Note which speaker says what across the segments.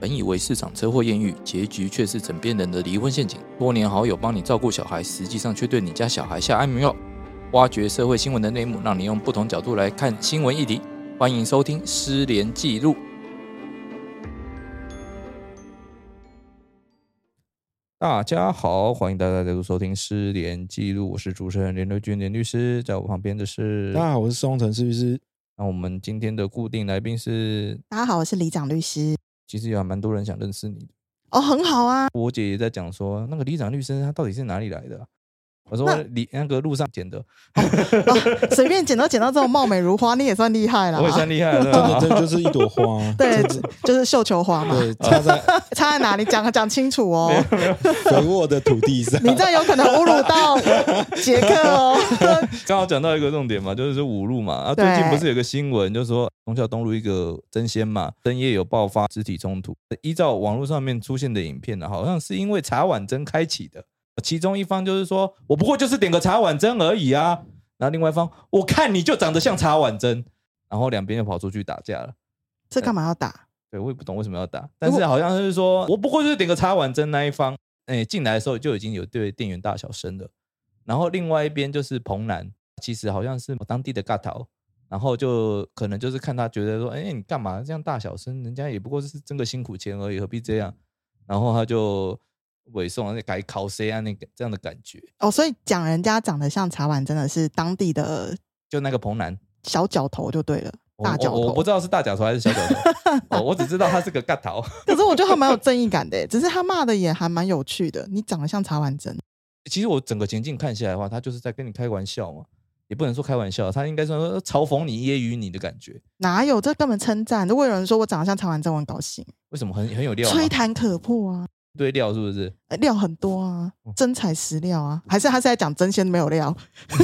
Speaker 1: 本以为市场车祸艳遇，结局却是枕边人的离婚陷阱。多年好友帮你照顾小孩，实际上却对你家小孩下安眠药。挖掘社会新闻的内幕，让你用不同角度来看新闻议题。欢迎收听《失联记录》。大家好，欢迎大家再度收听《失联记录》，我是主持人连刘军连律师，在我旁边的是
Speaker 2: 大家好，我是宋城律师。
Speaker 1: 那我们今天的固定来宾是，
Speaker 3: 大家好，我是李长律师。
Speaker 1: 其实有蛮多人想认识你的。
Speaker 3: 哦，很好啊，
Speaker 1: 我姐也在讲说，那个里长律师他到底是哪里来的啊、我说
Speaker 3: 那
Speaker 1: 里那个路上捡的，
Speaker 3: 哦随便捡都捡到这种貌美如花，你也算厉害啦
Speaker 1: 我。也算厉害 了。啊
Speaker 2: 真的， 这就是一朵花。啊
Speaker 3: 对
Speaker 2: 这，
Speaker 3: 就是绣球花嘛，
Speaker 2: 对，插在
Speaker 3: 差在哪里？讲讲清楚哦，
Speaker 2: 肥沃的土地上。
Speaker 3: 你这样有可能侮辱到杰克哦。
Speaker 1: 刚好讲到一个重点嘛，就是说五路嘛。啊，最
Speaker 3: 对
Speaker 1: 近不是有个新闻，就是说忠孝东路一个争先嘛，深夜有爆发肢体冲突。依照网络上面出现的影片呢，好像是因为茶碗蒸开启的，其中一方就是说我不过就是点个茶碗蒸而已啊，然后另外一方我看你就长得像茶碗蒸，然后两边就跑出去打架了。
Speaker 3: 这干嘛要打？
Speaker 1: 对，我也不懂为什么要打，但是好像是说，我不过就是点个擦碗针那一方，哎，进来的时候就已经有对店员大小声了。然后另外一边就是彭南，其实好像是当地的尬头，然后就可能就是看他觉得说，哎，你干嘛这样大小声？人家也不过是挣个辛苦钱而已，何必这样？然后他就委送，改考 C 啊那个这样的感觉，
Speaker 3: 哦，所以讲人家长得像茶碗，真的是当地的
Speaker 1: 就那个彭南。
Speaker 3: 小角头就对了，
Speaker 1: 我
Speaker 3: 大角
Speaker 1: 我我
Speaker 3: 头
Speaker 1: 不。知道是大脚头还是小脚 头，哦，我只知道他是个尬头。
Speaker 3: 可是我觉得还蛮有正义感的，只是他骂的也还蛮有趣的。你长得像茶碗真，
Speaker 1: 其实我整个情境看下来的话，他就是在跟你开玩笑嘛，也不能说开玩笑，他应该算说嘲讽你、揶揄你的感觉。
Speaker 3: 哪有这根本称赞？如果有人说我长得像茶碗真，我很高兴，
Speaker 1: 为什么很很有料、啊？
Speaker 3: 吹弹可破啊。
Speaker 1: 对料是不是？
Speaker 3: 呃料很多啊，
Speaker 1: 哦
Speaker 3: 真材实料啊，还是他是在讲真鲜没有料，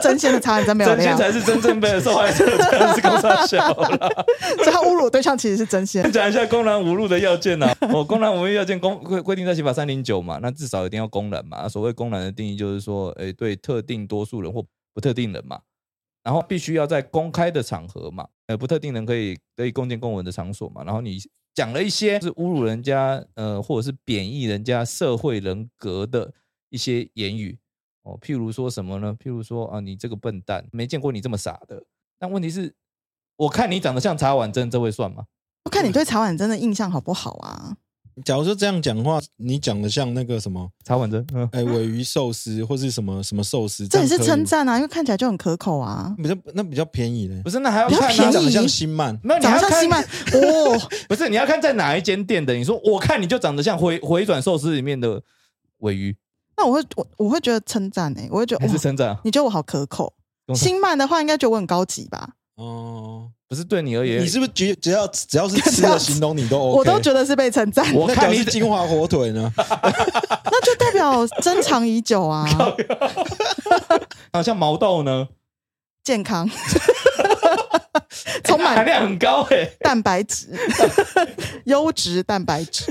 Speaker 3: 真鲜的茶碗真没有
Speaker 1: 真仙
Speaker 3: 料，
Speaker 1: 才是真正被受害者， 真的是公差小啦。
Speaker 3: 所以他侮辱对象其实是真鲜。
Speaker 1: 讲一下公然侮辱的要件啊，我、公然侮辱要件公规规定在刑法三零九嘛，那至少一定要公然嘛。所谓公然的定义就是说，诶、对特定多数人或不特定人嘛，然后必须要在公开的场合嘛，呃，不特定人可以可以共建共文的场所嘛，然后你讲了一些是侮辱人家，呃，或者是贬义人家社会人格的一些言语哦，譬如说什么呢？譬如说啊，你这个笨蛋，没见过你这么傻的。但问题是，我看你长得像茶碗蒸，这会算吗？
Speaker 3: 我看你对茶碗真的印象好不好啊？
Speaker 2: 假如说这样讲话，你讲的像那个什么，
Speaker 1: 茶碗蒸，嗯。
Speaker 2: 哎，尾鱼寿司或是什么什么寿司，
Speaker 3: 这也是
Speaker 2: 样可以吗
Speaker 3: 称，赞啊，因为看起来就很可口啊。
Speaker 2: 比较那比较便宜嘞
Speaker 1: 不。是，那还要
Speaker 3: 比较
Speaker 1: 看
Speaker 2: 你
Speaker 1: 啊
Speaker 3: 便宜
Speaker 2: 长得像新曼，
Speaker 1: 没有，你
Speaker 3: 长
Speaker 1: 要
Speaker 3: 得像西
Speaker 1: 看
Speaker 3: 曼，哦，
Speaker 1: 不是，你要看在哪一间店的。你说我看你就长得像回回转寿司里面的尾鱼，
Speaker 3: 那我会我我会觉得称赞哎，我会觉得
Speaker 1: 还
Speaker 3: 哇
Speaker 1: 是，称赞啊？
Speaker 3: 你觉得我好可口。
Speaker 1: 用它
Speaker 3: 新曼的话应该觉得我很高级吧？
Speaker 2: 哦，
Speaker 1: 不是对你而言，
Speaker 2: 你是不是只只要只 要是吃的形容你都 OK？
Speaker 3: 我都觉得是被称赞，
Speaker 1: 我
Speaker 2: 那
Speaker 1: 看
Speaker 2: 假
Speaker 1: 你
Speaker 2: 如是金华火腿呢？
Speaker 3: 那就代表珍藏已久啊，
Speaker 1: 好像毛豆呢，
Speaker 3: 健康， 充满
Speaker 1: 含量很高欸诶、
Speaker 3: 蛋白质， 优质蛋白质。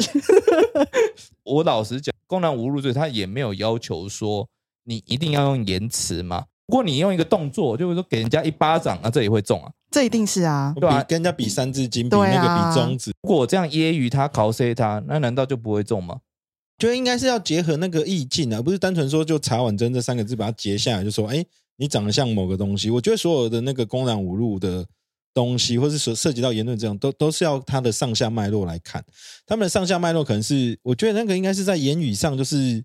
Speaker 1: 我老实讲，公然侮辱罪他也没有要求说你一定要用言辞嘛。不过你用一个动作，就是说给人家一巴掌，那、这也会中啊。
Speaker 3: 这一定是啊，
Speaker 2: 比
Speaker 1: 对啊
Speaker 2: 跟人家比三字经，比
Speaker 3: 对
Speaker 2: 那个
Speaker 3: 啊
Speaker 2: 比中指，
Speaker 1: 如果我这样揶揄他、考 C 他，那难道就不会中吗？
Speaker 2: 觉得应该是要结合那个意境啊，不是单纯说就“茶碗蒸”这三个字把它截下来，就说哎、你长得像某个东西。我觉得所有的那个公然侮辱的东西，或是所涉及到言论这样，都都是要它的上下脉络来看。他们的上下脉络可能是，我觉得那个应该是在言语上，就是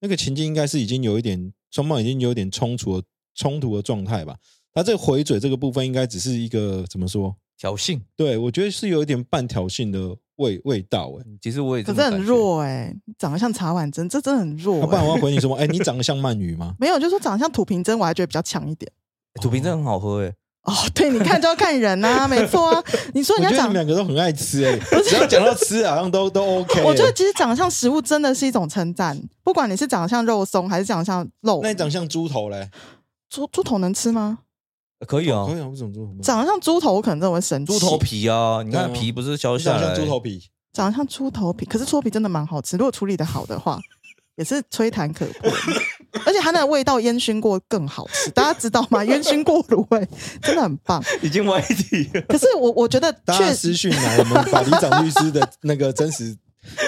Speaker 2: 那个情境应该是已经有一点双方已经有点冲突的冲突的状态吧。他这个回嘴这个部分，应该只是一个怎么说？
Speaker 1: 挑衅，
Speaker 2: 对我觉得是有一点半挑衅的味味道、哎。
Speaker 1: 其实我也这
Speaker 3: 可
Speaker 1: 么
Speaker 3: 是很
Speaker 1: 感觉
Speaker 3: 弱哎、长得像茶碗蒸，这真的很弱、
Speaker 2: 要不然
Speaker 3: 欸。
Speaker 2: 我要回你什么？哎、你长得像鳗鱼吗？
Speaker 3: 没有，就说长得像土瓶蒸，我还觉得比较强一点。
Speaker 1: 土瓶真的很好喝诶、欸
Speaker 3: 哦，对，你看就要看人呐、没错啊。你说
Speaker 2: 我
Speaker 3: 人
Speaker 2: 觉
Speaker 3: 家
Speaker 2: 得你们，
Speaker 3: 长
Speaker 2: 两个都很爱吃 哎、只要讲到吃，好像都都 OK 欸、
Speaker 3: 我觉得其实长得像食物真的是一种称赞，不管你是长得像肉松还是长得像肉
Speaker 2: 那，你长像猪头嘞？
Speaker 3: 猪猪头能吃吗？
Speaker 1: 可以哦、
Speaker 2: 可以啊，为什么猪头？
Speaker 3: 长得像猪头，我可能真的会生气。
Speaker 1: 猪头，皮啊，你
Speaker 2: 对啊
Speaker 1: 看皮不是削
Speaker 2: 你
Speaker 1: 下
Speaker 2: 长
Speaker 1: 来，
Speaker 2: 像猪头皮，
Speaker 3: 长得像猪头皮，可是猪头皮真的蛮好吃，如果处理的好的话，也是吹弹可破。而且它那个味道烟熏过更好吃，大家知道吗？ 烟熏过卤味真的很棒。
Speaker 1: 已经歪题了。
Speaker 3: 可是我我觉得
Speaker 2: 大家
Speaker 3: 确
Speaker 2: 私讯来，我们把李长律师的那个真实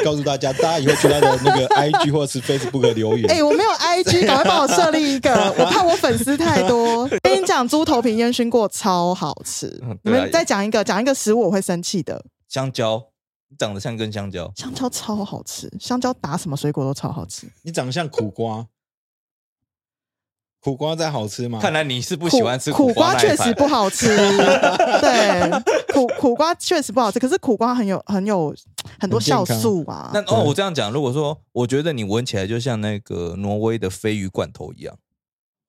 Speaker 2: 告诉大家，大家以后去他的那 个 IG 或是 Facebook 留言。
Speaker 3: 哎、我没有 IG，赶快帮我设立一个，我怕我粉丝太多。跟你讲，猪头皮烟熏过超好吃。
Speaker 1: 嗯
Speaker 3: 你
Speaker 1: 对啊
Speaker 3: 们再讲一个，讲一个食物我会生气的，
Speaker 1: 香蕉长得像根香蕉，
Speaker 3: 香蕉超好吃，香蕉打什么水果都超好吃。
Speaker 2: 你长得像苦瓜，苦瓜再好吃吗？
Speaker 1: 看来你是不喜欢吃
Speaker 3: 苦
Speaker 1: 瓜那一
Speaker 3: 确
Speaker 1: 盘
Speaker 3: 实不好吃， 对，苦苦瓜确实不好吃。可是苦瓜很有很有很多酵素啊
Speaker 1: 那，
Speaker 2: 对
Speaker 1: 哦，我这样讲，如果说我觉得你闻起来就像那个挪威的鲱鱼罐头一样，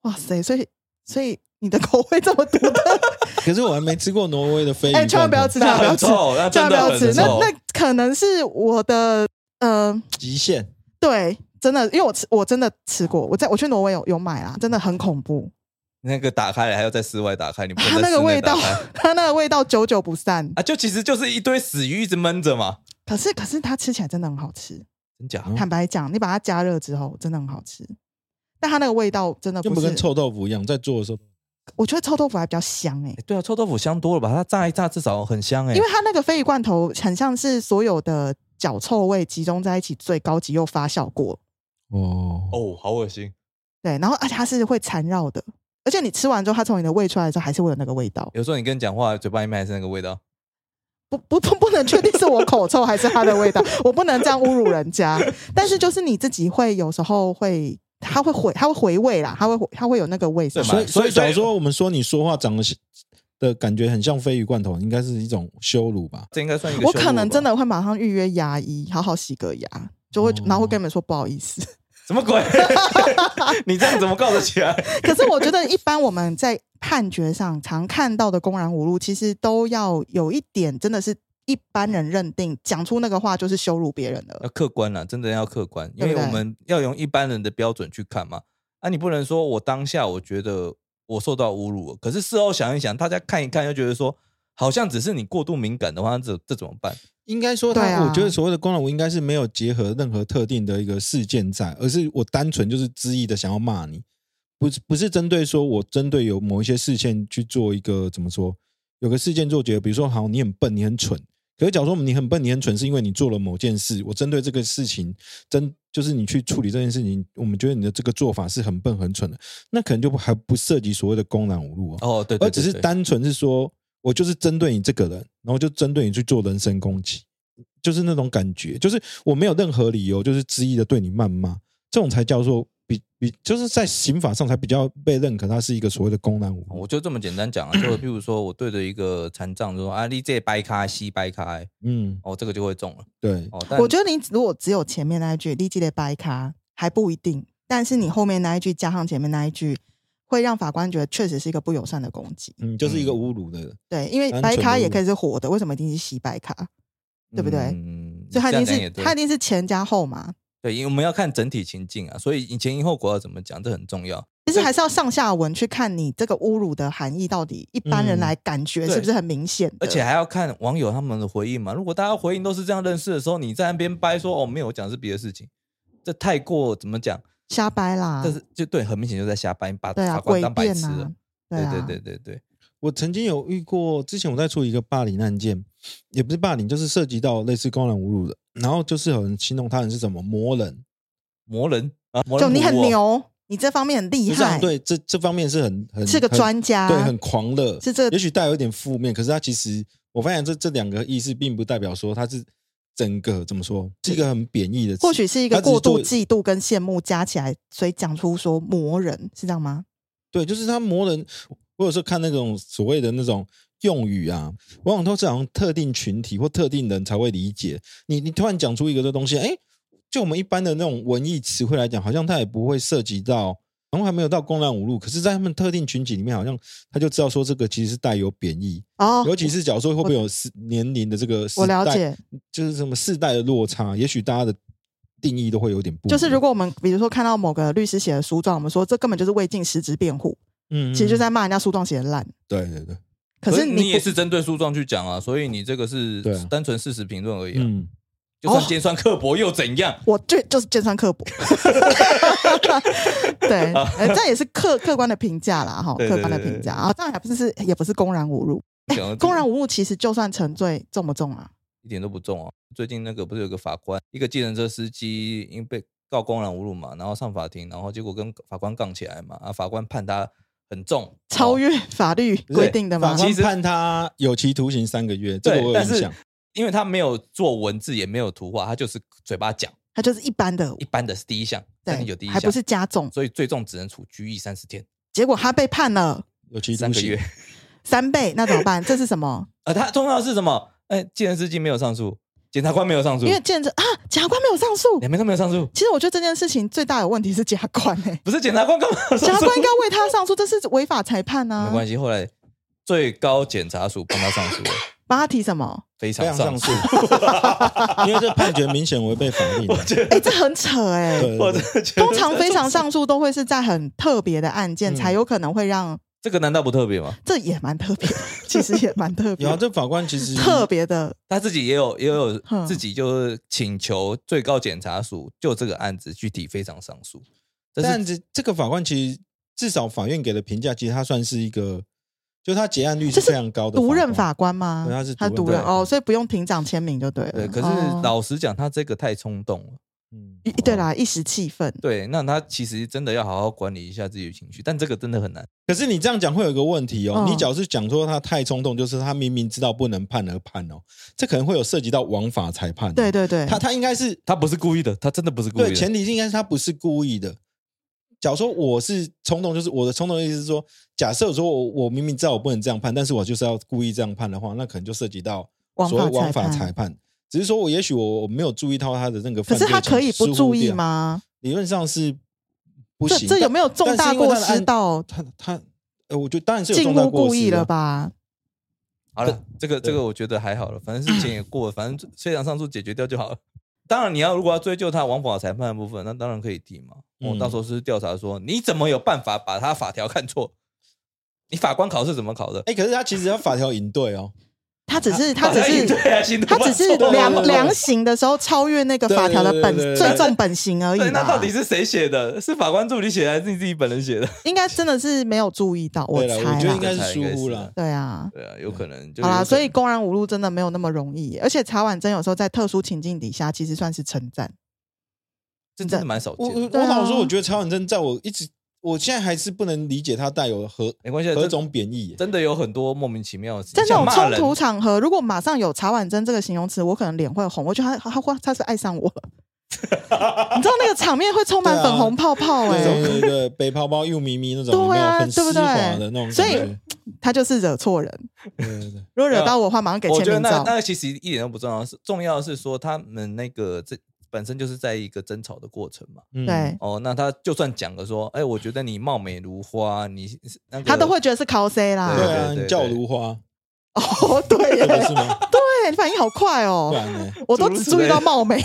Speaker 3: 哇塞！所以所以你的口味这么 独特，
Speaker 2: 可是我还没吃过挪威的鲱鱼
Speaker 3: 哎、
Speaker 2: 罐头，
Speaker 3: 千万不要吃，千万不要
Speaker 1: 很
Speaker 3: 吃，
Speaker 1: 臭，那
Speaker 3: 千
Speaker 1: 真
Speaker 3: 万不
Speaker 1: 的
Speaker 3: 要吃
Speaker 1: 很。
Speaker 3: 那
Speaker 1: 臭。
Speaker 3: 那可能是我的呃。
Speaker 2: 极限。
Speaker 3: 对，真的，因为我吃，我真的吃过，我在我去挪威有有买啦，真的很恐怖，
Speaker 1: 那个打开来还要在室外打开，你不能
Speaker 3: 它
Speaker 1: 在
Speaker 3: 啊那
Speaker 1: 室
Speaker 3: 个
Speaker 1: 内
Speaker 3: 味
Speaker 1: 打
Speaker 3: 道
Speaker 1: 开，
Speaker 3: 它那个味道久久不散。
Speaker 1: 啊，
Speaker 2: 哎
Speaker 1: 就其实就是一堆死鱼一直闷着嘛，
Speaker 3: 可是可是它吃起来真的很好吃，
Speaker 1: 真假？
Speaker 2: 嗯
Speaker 3: 坦白讲，你把它加热之后真的很好吃，但它那个味道真的
Speaker 2: 就
Speaker 3: 不
Speaker 2: 不
Speaker 3: 是
Speaker 2: 跟，臭豆腐一样，在做的时候，
Speaker 3: 我觉得臭豆腐还比较香哎、
Speaker 1: 哎对啊，臭豆腐香多了吧？它炸一炸至少很香哎、
Speaker 3: 因为它那个鲱鱼罐头很像是所有的脚臭味集中在一起，最高级又发酵过，
Speaker 2: 哦
Speaker 1: 哦，好恶心。
Speaker 3: 对，然后而且它是会缠绕的，而且你吃完之后，它从你的胃出来的时候还是会有那个味道。
Speaker 1: 有时候你跟你讲话，嘴巴里面还是那个味道。
Speaker 3: 不不不不能确定是我口臭还是它的味道，我不能这样侮辱人家。但是就是你自己会有时候会，它会回，它会回味啦，它会回它会有那个味
Speaker 1: 对。
Speaker 3: 道
Speaker 1: 嘛
Speaker 2: 所以所
Speaker 1: 所以
Speaker 2: 以假如说我们说你说话长得像的感觉很像鲱鱼罐头，应该是一种羞辱吧？
Speaker 1: 这应该算一个
Speaker 3: 我
Speaker 1: 羞辱
Speaker 3: 可能
Speaker 1: 吧
Speaker 3: 真的会马上预约牙医，好好洗个牙，就会、
Speaker 2: 哦
Speaker 3: 然后会跟你们说不好意思。
Speaker 1: 什么 鬼？你这样怎么告得起 来？
Speaker 3: 可是我觉得一般我们在判决上常看到的公然侮辱，其实都要有一点真的是一般人认定讲出那个话就是羞辱别人了。
Speaker 1: 要客观了，真的要客观，啊因
Speaker 3: 对不
Speaker 1: 为我
Speaker 3: 对
Speaker 1: 们要用一般人的标准去看嘛。啊，你不能说我当下我觉得我受到侮辱了，可是事后想一想，大家看一看，又觉得说好像只是你过度敏感的话，那这这怎么办？
Speaker 2: 应该说他，
Speaker 3: 对啊
Speaker 2: 我觉得所谓的公然无应该是没有结合任何特定的一个事件在，而是我单纯就是恣意的想要骂你，不是不是针对说我针对有某一些事件去做一个怎么说，有个事件做结合，比如说好你很笨，你很蠢。可是假如说你很笨，你很蠢，是因为你做了某件事，我针对这个事情，针就是你去处理这件事情，我们觉得你的这个做法是很笨很蠢的，那可能就不还不涉及所谓的公然侮辱哦。
Speaker 1: 哦，对对
Speaker 2: 而
Speaker 1: 对
Speaker 2: 只是
Speaker 1: 对
Speaker 2: 单纯是说我就是针对你这个人，然后就针对你去做人身攻击，就是那种感觉，就是我没有任何理由，就是恣意的对你谩骂，这种才叫做比比，就是在刑法上才比较被认可，它是一个所谓的公然侮辱。
Speaker 1: 哦我就这么简单 讲啊，就譬如说我对着一个残障说啊，你这掰开西掰开，
Speaker 2: 嗯，
Speaker 1: 哦，这个就会中了。
Speaker 2: 对，
Speaker 1: 哦，但
Speaker 3: 我觉得你如果只有前面那一句“立即的白卡”还不一定，但是你后面那一句加上前面那一句，会让法官觉得确实是一个不友善的攻击。
Speaker 2: 嗯，就是一个侮辱的，
Speaker 3: 对，因为
Speaker 2: 单纯
Speaker 3: 白
Speaker 2: 的
Speaker 3: 卡
Speaker 2: 侮
Speaker 3: 也
Speaker 2: 辱
Speaker 3: 可以是活的，为什么一定是洗白卡？对不对
Speaker 1: 嗯
Speaker 3: 所以它
Speaker 1: 这
Speaker 3: 一
Speaker 1: 样
Speaker 3: 定
Speaker 1: 讲也
Speaker 3: 是
Speaker 1: 对
Speaker 3: 它一定是前加后嘛。
Speaker 1: 对，因为我们要看整体情境啊，所以以前因后果要怎么讲，这很重要。
Speaker 3: 其实还是要上下文去看你这个侮辱的含义到底一般人
Speaker 2: 嗯
Speaker 3: 来感觉
Speaker 1: 对
Speaker 3: 是不是很明显的
Speaker 1: 而且还要看网友他们的回应嘛。如果大家回应
Speaker 3: 嗯
Speaker 1: 都是这样认识的时候，你在那边掰说哦没有，我讲的是别的事情，这太过怎么讲？
Speaker 3: 瞎掰啦
Speaker 1: 这，是就对，很明显就在瞎掰，你把
Speaker 3: 啊对啊，
Speaker 1: 法官
Speaker 3: 诡
Speaker 1: 当白
Speaker 3: 辩
Speaker 1: 痴
Speaker 3: 啊
Speaker 1: 了。，
Speaker 3: 啊，
Speaker 1: 对对对对对，
Speaker 2: 我曾经有遇过，之前我在处理一个霸凌案件，也不是霸凌，就是涉及到类似公然侮辱的，然后就是有人形容他人是什么魔人，
Speaker 1: 魔人啊，魔
Speaker 3: 就
Speaker 1: 人
Speaker 3: 你很
Speaker 1: 普哦，
Speaker 3: 牛，你这方面很厉
Speaker 2: 就这
Speaker 1: 啊
Speaker 2: 样
Speaker 3: 害，
Speaker 2: 对这这方面是很很
Speaker 3: 是个
Speaker 2: 很
Speaker 3: 专家，
Speaker 2: 对，很狂热，
Speaker 3: 啊是这个
Speaker 2: 也许带有一点负面，可是它其实我发现这这两个意思，并不代表说它是整个怎么说，是一个很贬义的词。
Speaker 3: 或许是一个
Speaker 2: 他只是
Speaker 3: 过度
Speaker 2: 做
Speaker 3: 嫉妒跟羡慕加起来，所以讲出说魔人是这样吗？
Speaker 2: 对，就是他磨人，或者说看那种所谓的那种用语啊，往往都是好像特定群体或特定人才会理解。你你突然讲出一个这东西，哎，就我们一般的那种文艺词汇来讲，好像它也不会涉及到。然后还没有到公然侮辱，可是，在他们特定群体里面，好像他就知道说这个其实是带有贬义，
Speaker 3: 哦，
Speaker 2: 尤其是假如说会不会有时年龄的这个时
Speaker 3: 我了
Speaker 2: 代
Speaker 3: 解，
Speaker 2: 就是什么世代的落差，也许大家的定义都会有点不一样。
Speaker 3: 就是如果我们比如说看到某个律师写的诉状，我们说这根本就是未尽实质辩护，
Speaker 2: 嗯，嗯
Speaker 3: 其实就在骂人家诉状写的烂。
Speaker 2: 对对对，
Speaker 3: 可
Speaker 1: 可
Speaker 3: 是
Speaker 1: 你也
Speaker 3: 不
Speaker 1: 是针对诉状去讲啊，所以你这个是
Speaker 2: 对啊
Speaker 1: 单纯事实评论而已啊、
Speaker 2: 嗯，
Speaker 1: 就
Speaker 3: 哦
Speaker 1: 算尖酸刻薄又怎样？
Speaker 3: 我最就是尖酸刻薄，对，
Speaker 2: 啊
Speaker 3: 呃，这也是客客观的评价啦，哈，
Speaker 1: 对对
Speaker 3: 客观的评价啊，当然还不是也不是公然侮辱，
Speaker 1: 讲到这个
Speaker 3: 哎公然侮辱其实就算成罪重不重啊？
Speaker 1: 一点都不重哦。最近那个不是有个法官，一个计程车司机因为被告公然侮辱嘛，然后上法庭，然后结果跟法官杠起来嘛，啊，法官判他很重，
Speaker 3: 超
Speaker 1: 越。
Speaker 3: 越法律规定的
Speaker 2: 哦法
Speaker 3: 吗？
Speaker 1: 其
Speaker 2: 官
Speaker 1: 实
Speaker 2: 判他有期徒刑三个月，这
Speaker 1: 对，
Speaker 2: 个我有
Speaker 1: 但
Speaker 2: 印
Speaker 1: 是
Speaker 2: 象。
Speaker 1: 因为他没有做文字，也没有图画，他就是嘴巴讲，
Speaker 3: 它就是一般的，
Speaker 1: 一般的是第一项，但是有
Speaker 3: 对
Speaker 1: 第一，
Speaker 3: 还
Speaker 1: 项，
Speaker 3: 不是加重。
Speaker 1: 所以最重只能处拘役三十天，
Speaker 3: 结果他被判了
Speaker 2: 有期
Speaker 1: 三
Speaker 2: 徒
Speaker 1: 个
Speaker 2: 刑
Speaker 1: 月。。
Speaker 3: 三倍，那怎 么办？这是什么？
Speaker 1: 呃，他重要的是什么？哎，计程司机没有上诉，检察官没有上诉，
Speaker 3: 因为嗯见证啊，检察官没有上诉。
Speaker 2: 嗯
Speaker 1: 两边都没有上诉，
Speaker 3: 其实我觉得这件事情最大的问题是检察官哎、
Speaker 1: 不是检察官干嘛上诉？
Speaker 3: 检察官应该为他上诉，这是违法裁判啊
Speaker 1: 没。关系，后来最高检察署帮他上诉了，
Speaker 3: 帮他提什么？
Speaker 1: 非
Speaker 2: 非
Speaker 1: 常
Speaker 2: 常
Speaker 1: 上
Speaker 2: 上诉
Speaker 1: 诉。，
Speaker 2: 因为这判决明显违背法律嘛。
Speaker 3: 哎、这很扯哎、
Speaker 2: 对，
Speaker 1: 我
Speaker 2: 对
Speaker 1: 真的
Speaker 2: 对
Speaker 1: 觉得
Speaker 3: 通常非常上诉都会是在很特别的案件，
Speaker 1: 嗯
Speaker 3: 才有可能会让
Speaker 1: 这个难道不特别吗？
Speaker 3: 这也蛮特别 的，其实也蛮特别
Speaker 2: 有啊，，这法官其实
Speaker 3: 特别的
Speaker 1: 他自己也有也有
Speaker 3: 哼
Speaker 1: 自己就是请求最高检察署就这个案子去提非常上诉，但是
Speaker 2: 但这这个法官其实至少法院给的评价，其实他算是一个，就他结案率是非常高的。
Speaker 3: 独任法，官吗？
Speaker 2: 对他是
Speaker 3: 他
Speaker 2: 独
Speaker 3: 独
Speaker 2: 任
Speaker 3: 任哦，所以不用庭长签名就对了。
Speaker 1: 对，可
Speaker 3: 哦
Speaker 1: 是老实讲，他这个太冲动了。
Speaker 2: 嗯，
Speaker 3: 一对啦，一时气愤。
Speaker 1: 对，那他其实真的要好好管理一下自己的情绪，但这个真的很难。
Speaker 2: 可是你这样讲会有一个问题哦，
Speaker 3: 嗯
Speaker 2: 你假如是讲说他太冲动，就是他明明知道不能判而判哦，这可能会有涉及到枉法裁判。哦
Speaker 3: 对，对对，
Speaker 2: 他他应该是
Speaker 1: 他不是故意的，他真的不是故意
Speaker 2: 对，
Speaker 1: 的。
Speaker 2: 前提是应该是他不是故意的。假如说我是冲动，就是我的冲动的意思是说，假设说我我明明知道我不能这样判，但是我就是要故意这样判的话，那可能就涉及到
Speaker 3: 枉
Speaker 2: 所谓
Speaker 3: 法
Speaker 2: 枉
Speaker 3: 裁
Speaker 2: 法
Speaker 3: 判
Speaker 2: 裁判。只是说我也许我我没有注意到他的那个
Speaker 3: 可
Speaker 2: 犯
Speaker 3: 是
Speaker 2: 罪情，
Speaker 3: 他可以不
Speaker 2: 疏忽
Speaker 3: 注意
Speaker 2: 掉？
Speaker 3: 吗？
Speaker 2: 理论上是不
Speaker 3: 这
Speaker 2: 行。
Speaker 3: 这有没有
Speaker 2: 但
Speaker 3: 重大过失？到
Speaker 2: 但是因为他的案他他呃，我觉得当然是有
Speaker 3: 近
Speaker 2: 重大
Speaker 3: 乎
Speaker 2: 过
Speaker 3: 故
Speaker 2: 失
Speaker 3: 意
Speaker 2: 啊
Speaker 3: 了？吧？
Speaker 1: 好了，这个
Speaker 2: 对
Speaker 1: 这个我觉得还好了，反正事情 也过了，反正非常上诉解决掉就好了。当然，你要如果要追究他枉法裁判的部分，那当然可以提嘛。我、
Speaker 2: 嗯
Speaker 1: 到时候是调查说，你怎么有办法把他法条看错？你法官考试怎么考的？
Speaker 2: 哎、可是他其实要法条引对 哦，
Speaker 3: 他只是他只
Speaker 1: 哎
Speaker 3: 是
Speaker 1: 对啊，行
Speaker 3: 他只 是
Speaker 2: 对对
Speaker 3: 量
Speaker 2: 对
Speaker 3: 量刑的时候超越那个法条的本
Speaker 2: 对对对对对
Speaker 3: 最重本刑而已
Speaker 1: 对，
Speaker 3: 啦。
Speaker 1: 那到底是谁写的？是法官助理写的，还是你自己本人写的？
Speaker 3: 应该真的是没有注意到，
Speaker 2: 对了，
Speaker 3: 猜
Speaker 2: 我觉得
Speaker 3: 啦
Speaker 2: 应该
Speaker 1: 猜
Speaker 2: 是
Speaker 1: 应该
Speaker 2: 疏忽
Speaker 1: 是
Speaker 2: 了
Speaker 1: 啊。
Speaker 3: 对啊。
Speaker 1: 对啊，有可能。就
Speaker 3: 好
Speaker 1: 有可
Speaker 3: 啦，
Speaker 1: 能
Speaker 3: 所以公然侮辱真的没有那么容易，而且查婉真有时候在特殊情境底下，其实算是称赞。
Speaker 1: 这真的蛮少
Speaker 2: 我我
Speaker 1: 见的。
Speaker 3: 对
Speaker 2: 我
Speaker 3: 啊
Speaker 2: 老实说，我觉得超远征在我一直，我现在还是不能理解他带有何
Speaker 1: 没关系，啊
Speaker 2: 何
Speaker 1: 这
Speaker 2: 种贬义耶。
Speaker 1: 真的有很多莫名其妙的事情，
Speaker 3: 在那种
Speaker 1: 像骂
Speaker 3: 冲
Speaker 1: 人
Speaker 3: 突场合，如果马上有查婉珍这个形容词，我可能脸会红，我觉得他他他他是爱上我了。你知道那个场面会充满粉红泡泡哎、
Speaker 2: 对对对对，北泡泡又咪咪那种，有没
Speaker 3: 对
Speaker 2: 有
Speaker 3: 啊
Speaker 2: 很丝
Speaker 3: 对不对
Speaker 2: 滑的那种感觉？
Speaker 3: 所以他就是惹错人。
Speaker 2: 对对对，
Speaker 3: 如果惹到我的话，马上给
Speaker 1: 我
Speaker 3: 签
Speaker 1: 觉得
Speaker 3: 名
Speaker 1: 那
Speaker 3: 照
Speaker 1: 那。个其实一点都不重要，是重要的是说他们那个这本身就是在一个争吵的过程嘛。
Speaker 2: 嗯
Speaker 3: 对，
Speaker 1: 哦，那他就算讲了说，哎，我觉得你貌美如花，你那个
Speaker 3: 他都会觉得是 cos 啦。
Speaker 2: 对
Speaker 1: 对
Speaker 2: 啊，
Speaker 1: 对对
Speaker 2: 你叫我如花，
Speaker 3: 哦，对
Speaker 2: 对
Speaker 3: 耶，
Speaker 2: 不是吗？
Speaker 3: 对，你反应好快
Speaker 2: 不
Speaker 3: 哦。
Speaker 2: 然呢？
Speaker 3: 我都只注意到貌美，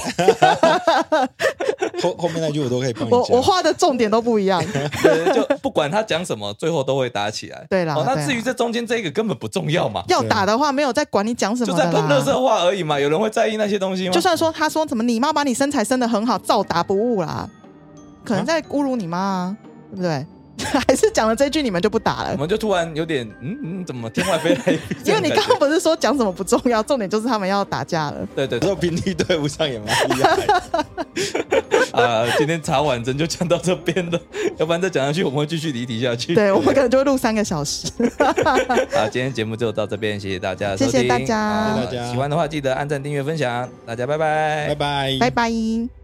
Speaker 2: 后后面那句我都可以帮你
Speaker 3: 我我
Speaker 2: 讲。
Speaker 3: 画的重点都不一样。
Speaker 1: 对就不管他讲什么，最后都会打起来。
Speaker 3: 对啦啊
Speaker 1: 哦，
Speaker 3: 对
Speaker 1: 那
Speaker 3: 啦
Speaker 1: 至于这中间这一个根本不重要嘛，
Speaker 3: 要打的话，没有在管你讲什
Speaker 1: 就
Speaker 3: 么
Speaker 1: 在
Speaker 3: 的
Speaker 1: 喷乐
Speaker 3: 啦。
Speaker 1: 色话而已嘛，有人会在意那些东西吗？
Speaker 3: 就算说他说什么你妈把你身材生得很好，照打不误啦，可能在侮辱你妈啊，对不对？ 还是讲了这句你们就不打
Speaker 1: 我
Speaker 3: 了，
Speaker 1: 们就突然有点，嗯嗯，怎么天外飞来一笔这
Speaker 3: 因为
Speaker 1: 种感觉？
Speaker 3: 你刚刚不是说讲什么不重要，重点就是他们要打架了。
Speaker 1: 对对对
Speaker 2: 说频率对不上也蛮厉害 的，
Speaker 1: 啊、今天茶碗针就讲到这边了， 要不然再讲下去我们会继续离题下去。
Speaker 3: 对，我们可能就会录三个小 时。
Speaker 1: 好，今天节目就到这边，谢谢大家的收听，
Speaker 3: 谢谢大家
Speaker 1: 啊
Speaker 2: 谢谢大家
Speaker 1: 喜欢的话记得按赞、订阅、分享，大家拜拜，
Speaker 2: 拜拜，
Speaker 3: 拜拜。